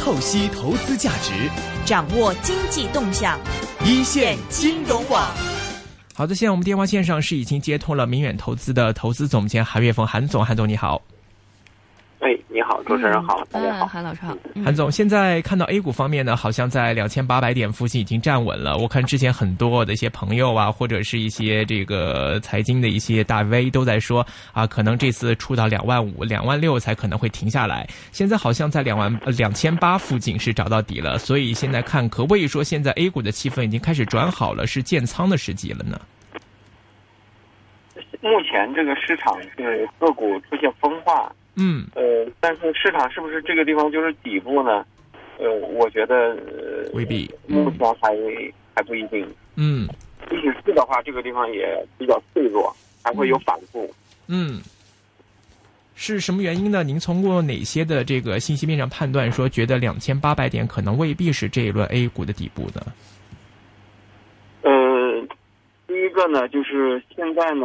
透析投资价值，掌握经济动向，一线金融网。好的，现在我们电话线上是已经接通了明远投资的投资总监韩月峰，韩总，韩总你好。哎，你好，主持人好，大家嗯，好。韩老师好，嗯韩总，现在看到 A 股方面呢，好像在两千八百点附近已经站稳了。我看之前很多的一些朋友啊，或者是一些这个财经的一些大 V 都在说啊，可能这次触到两万五、两万六才可能会停下来。现在好像在两万呃两千八附近是找到底了，所以现在看可不可以说现在 A 股的气氛已经开始转好了，是建仓的时机了呢？目前这个市场是个股出现分化，嗯呃，但是市场是不是这个地方就是底部呢？呃，我觉得、呃未必目前还还不一定。嗯即使是的话，这个地方也比较脆弱，还会有反复。嗯，是什么原因呢？您通过哪些的这个信息面上判断说，觉得两千八百点可能未必是这一轮 A 股的底部呢？嗯呃，第一个呢，就是现在呢，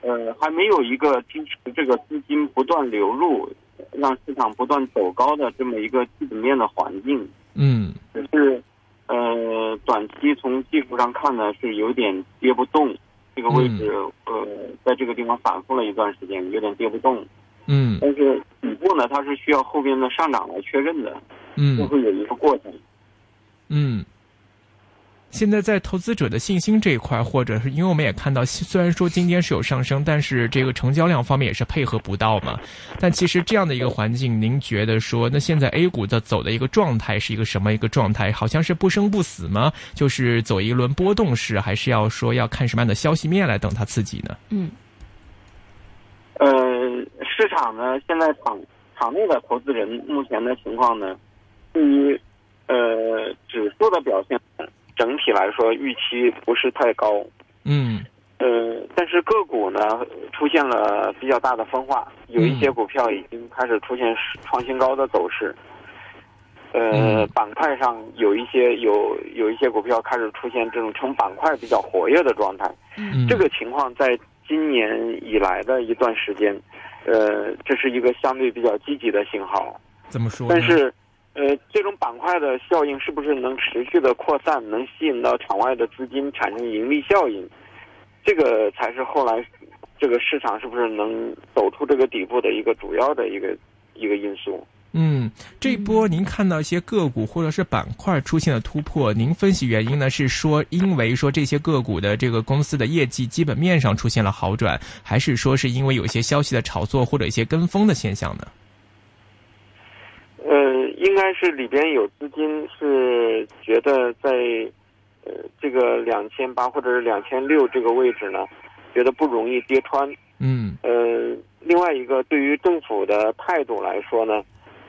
呃，还没有一个支持这个资金不断流入，让市场不断走高的这么一个基本面的环境。嗯只是呃，短期从技术上看呢，是有点跌不动这个位置，呃，在这个地方反复了一段时间，有点跌不动。嗯但是底部呢，它是需要后边的上涨来确认的，就嗯会有一个过程。嗯。现在在投资者的信心这一块，或者是因为我们也看到，虽然说今天是有上升，但是这个成交量方面也是配合不到嘛。但其实这样的一个环境，您觉得说，那现在 A 股的走的一个状态是一个什么一个状态？好像是不生不死吗？就是走一轮波动式，还是要说要看什么样的消息面来等它刺激呢？嗯呃，市场呢，现在场场内的投资人目前的情况呢，对于呃指数的表现，整体来说预期不是太高。嗯呃，但是个股呢出现了比较大的分化，有一些嗯股票已经开始出现创新高的走势。呃，嗯板块上有一些有有一些股票开始出现这种成板块比较活跃的状态。嗯，这个情况在今年以来的一段时间，呃，这是一个相对比较积极的信号。怎么说呢？但是，呃，这种板块的效应是不是能持续的扩散，能吸引到场外的资金产生盈利效应？这个才是后来这个市场是不是能走出这个底部的一个主要的一个一个因素。嗯，这一波您看到一些个股或者是板块出现了突破，您分析原因呢？是说因为说这些个股的这个公司的业绩基本面上出现了好转，还是说是因为有一些消息的炒作或者一些跟风的现象呢？呃，应该是里边有资金是觉得在呃这个两千八或者是两千六这个位置呢，觉得不容易跌穿。嗯呃，另外一个对于政府的态度来说呢，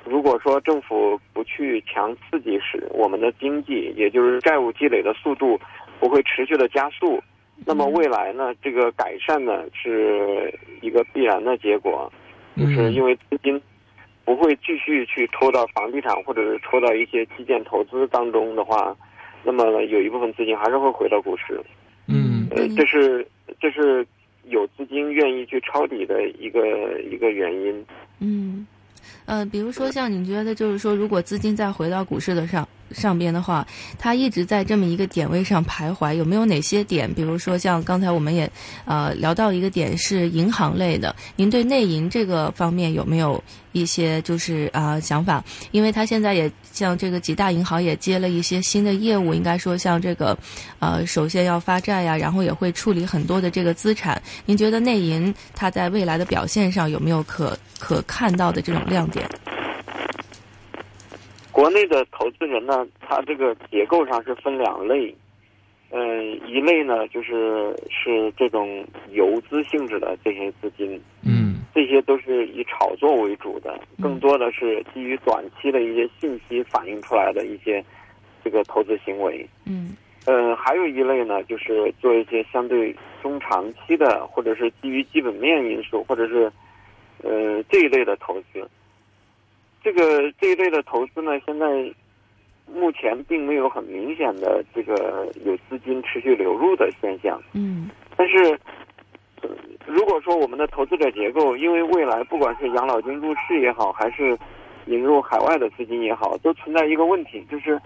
如果说政府不去强刺激使我们的经济，也就是债务积累的速度不会持续的加速，那么未来呢，这个改善呢是一个必然的结果，嗯就是因为资金不会继续去抽到房地产或者是抽到一些基建投资当中的话，那么有一部分资金还是会回到股市。嗯呃嗯，这是这是有资金愿意去抄底的一个一个原因。嗯，呃，比如说像你觉得就是说，如果资金再回到股市的上上边的话，它一直在这么一个点位上徘徊，有没有哪些点？比如说像刚才我们也呃聊到一个点是银行类的，您对内银这个方面有没有一些就是啊、呃想法？因为它现在也像这个几大银行也接了一些新的业务，应该说像这个呃首先要发债呀、然后也会处理很多的这个资产，您觉得内银它在未来的表现上有没有可可看到的这种亮点？国内的投资人呢，他这个结构上是分两类，嗯、一类呢就是是这种游资性质的这些资金，嗯这些都是以炒作为主的，嗯更多的是基于短期的一些信息反映出来的一些这个投资行为。嗯呃，还有一类呢，就是做一些相对中长期的，或者是基于基本面因素，或者是呃这一类的投资。这个这一类的投资呢，现在目前并没有很明显的这个有资金持续流入的现象。嗯但是，呃如果说我们的投资者结构，因为未来不管是养老金入市也好，还是引入海外的资金也好，都存在一个问题，就是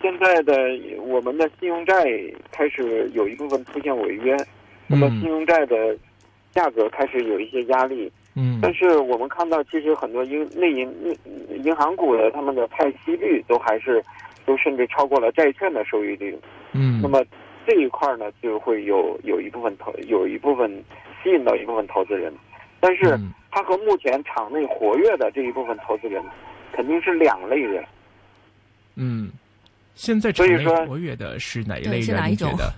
现在的我们的信用债开始有一部分出现违约，那么信嗯用债的价格开始有一些压力。嗯但是我们看到，其实很多银内银银银行股的他们的派息率都还是都甚至超过了债券的收益率。嗯，那么这一块呢，就会有有一部分投有一部分吸引到一部分投资人，但是嗯它和目前场内活跃的这一部分投资人肯定是两类人。嗯，现在所以场内说活跃的是哪一对类是人？哪一你觉种得？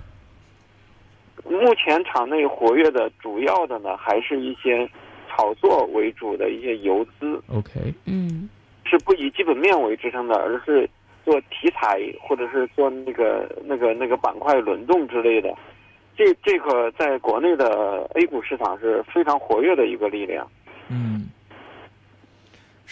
目前场内活跃的主要的呢，还是一些炒作为主的一些游资， OK，嗯是不以基本面为支撑的，而是做题材或者是做那个那个那个板块轮动之类的。这这个在国内的 A 股市场是非常活跃的一个力量。嗯，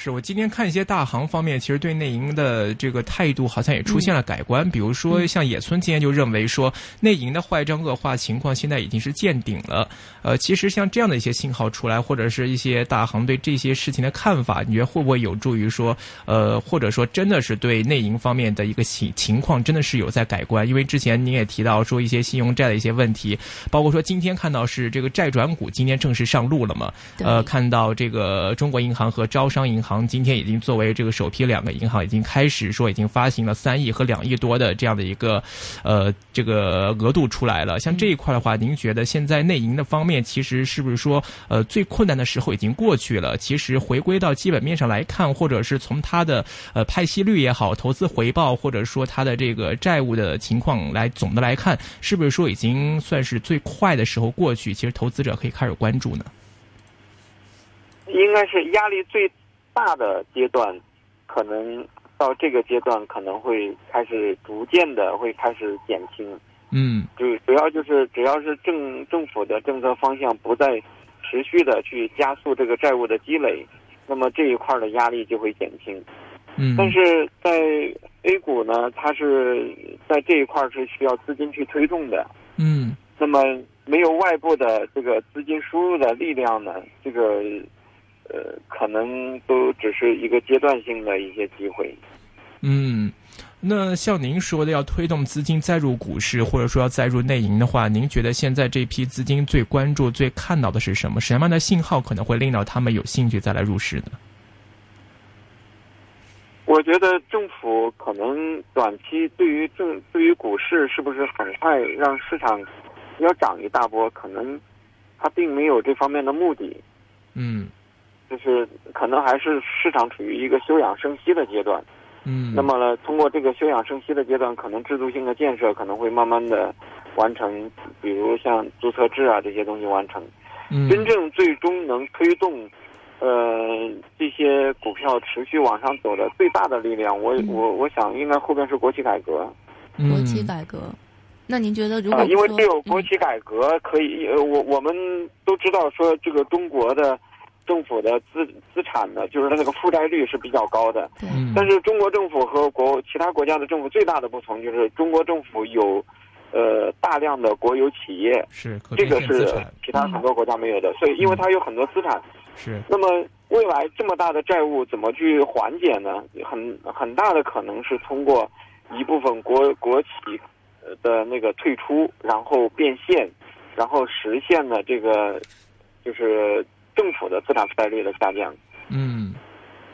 是我今天看一些大行方面，其实对内银的这个态度好像也出现了改观。比如说，像野村今天就认为说，内银的坏账恶化情况现在已经是见顶了。呃，其实像这样的一些信号出来，或者是一些大行对这些事情的看法，你觉得会不会有助于说，呃，或者说真的是对内银方面的一个情情况真的是有在改观？因为之前您也提到说一些信用债的一些问题，包括说今天看到是这个债转股今天正式上路了嘛？对呃，看到这个中国银行和招商银行今天已经作为这个首批两个银行，已经开始说已经发行了三亿和两亿多的这样的一个呃这个额度出来了。像这一块的话，您觉得现在内银的方面，其实是不是说呃最困难的时候已经过去了？其实回归到基本面上来看，或者是从它的呃派息率也好，投资回报，或者说它的这个债务的情况来总的来看，是不是说已经算是最快的时候过去？其实投资者可以开始关注呢。应该是压力最大的阶段，可能到这个阶段可能会开始逐渐的会开始减轻，嗯。就主要就是只要是政政府的政策方向不再持续的去加速这个债务的积累，那么这一块的压力就会减轻。嗯，但是在 A 股呢，它是在这一块是需要资金去推动的，嗯那么没有外部的这个资金输入的力量呢，这个呃，可能都只是一个阶段性的一些机会。嗯，那像您说的要推动资金再入股市，或者说要再入内银的话，您觉得现在这批资金最关注、最看到的是什么？什么样的信号可能会令到他们有兴趣再来入市呢？我觉得政府可能短期对于政对于股市是不是很快让市场要涨一大波，可能它并没有这方面的目的，嗯就是可能还是市场处于一个休养生息的阶段。嗯，那么呢，通过这个休养生息的阶段，可能制度性的建设可能会慢慢的完成，比如像注册制啊这些东西完成，嗯真正最终能推动，呃，这些股票持续往上走的最大的力量，我嗯我我想应该后边是国企改革国企嗯改革。那您觉得如啊、果因为说只有国嗯企改革可以，呃，我我们都知道说这个中国的政府的资资产呢，就是它那个负债率是比较高的，对嗯但是中国政府和国其他国家的政府最大的不同就是，中国政府有，呃，大量的国有企业，是可这变个现是资产嗯其他很多国家没有的。所以，因为它有很多资产，是那么未来这么大的债务怎么去缓解呢？很很大的可能是通过一部分国国企呃的那个退出，然后变现，然后实现了这个就是政府的资产负债率的下降。嗯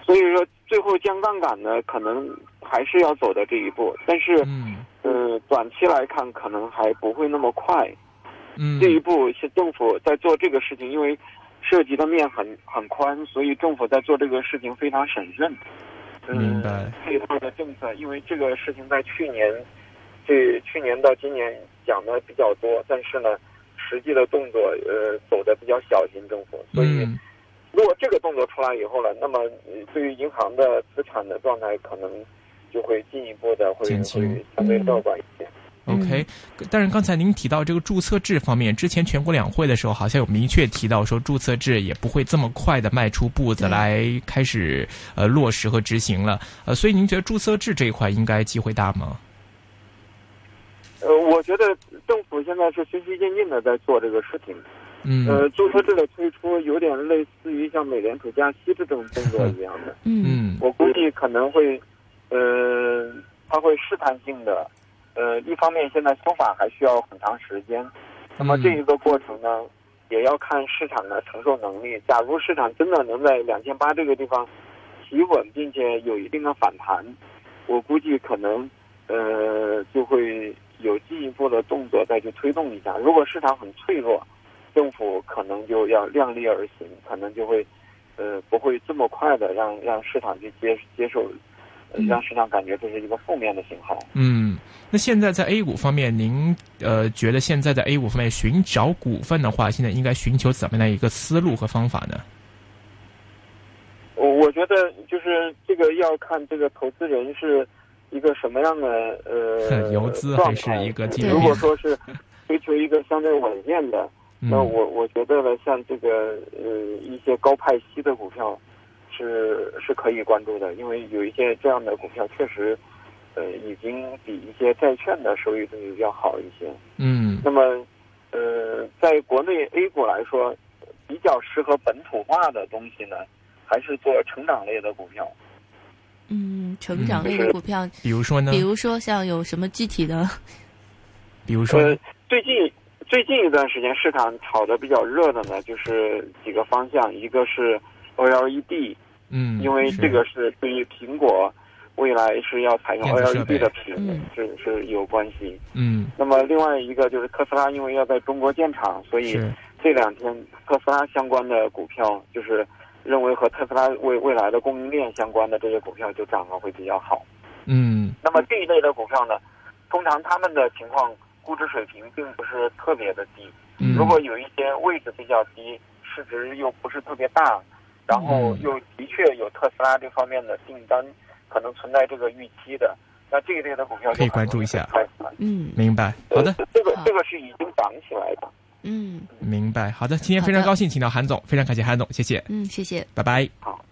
所以说，最后降杠杆呢，可能还是要走的这一步，但是，嗯呃，短期来看，可能还不会那么快。嗯这一步是政府在做这个事情，因为涉及的面很很宽，所以政府在做这个事情非常审慎。嗯明白这一块的政策，因为这个事情在去年，这去年到今年讲的比较多，但是呢，实际的动作呃走的比较小心，政府，所以。嗯如果这个动作出来以后呢，那么呃对于银行的资产的状态，可能就会进一步的会减轻会相对乐观一些。 OK，但是刚才您提到这个注册制方面，之前全国两会的时候好像有明确提到说，注册制也不会这么快的迈出步子对来开始呃落实和执行了。呃，所以您觉得注册制这一块应该机会大吗？呃，我觉得政府现在是循序渐进的在做这个事情，嗯呃，租车制的推出有点类似于像美联储加息这种动作一样的，嗯嗯我估计可能会，呃，它会试探性的，呃，一方面现在修法还需要很长时间，那嗯么这一个过程呢，也要看市场的承受能力。假如市场真的能在两千八这个地方企稳，并且有一定的反弹，我估计可能呃就会有进一步的动作再去推动一下。如果市场很脆弱，政府可能就要量力而行，可能就会呃不会这么快的让让市场去接接受，呃让市场感觉这是一个负面的信号。嗯。那现在在 A 股方面，您呃觉得现在在 A 股方面寻找股份的话，现在应该寻求怎么样的一个思路和方法呢？我我觉得就是这个要看这个投资人是一个什么样的 呃游资还是一个状态基金融如果人说是追求一个相对稳健的，嗯那我我觉得呢，像这个呃一些高派息的股票是是可以关注的，因为有一些这样的股票确实呃已经比一些债券的收益率要好一些。嗯那么，呃，在国内 A 股来说，比较适合本土化的东西呢，还是做成长类的股票。嗯，成长类的股票，比如嗯说呢比？如说像有什么具体的？比如说呢呃，最近最近一段时间市场炒得比较热的呢，就是几个方向，一个是 OLED，嗯，呃因为是这个是对于苹果未来是要采用电子设备 OLED 的屏嗯是是有关系。嗯那么另外一个就是特斯拉，因为要在中国建厂，所以是这两天特斯拉相关的股票，就是认为和特斯拉未未来的供应链相关的这些股票就涨得会比较好。嗯那么这一类的股票呢，通常他们的情况估值水平并不是特别的低，嗯，如果有一些位置比较低，市值又不是特别大，然后嗯又的确有特斯拉这方面的订单可能存在这个预期的，那这一类的股票就可以关注一下很容易开盘嗯明白，好的，呃这个好这个是已经涨起来的。嗯明白，好的，今天非常好的高兴请到韩总，非常感谢韩总，谢谢，嗯，谢谢。拜拜。好，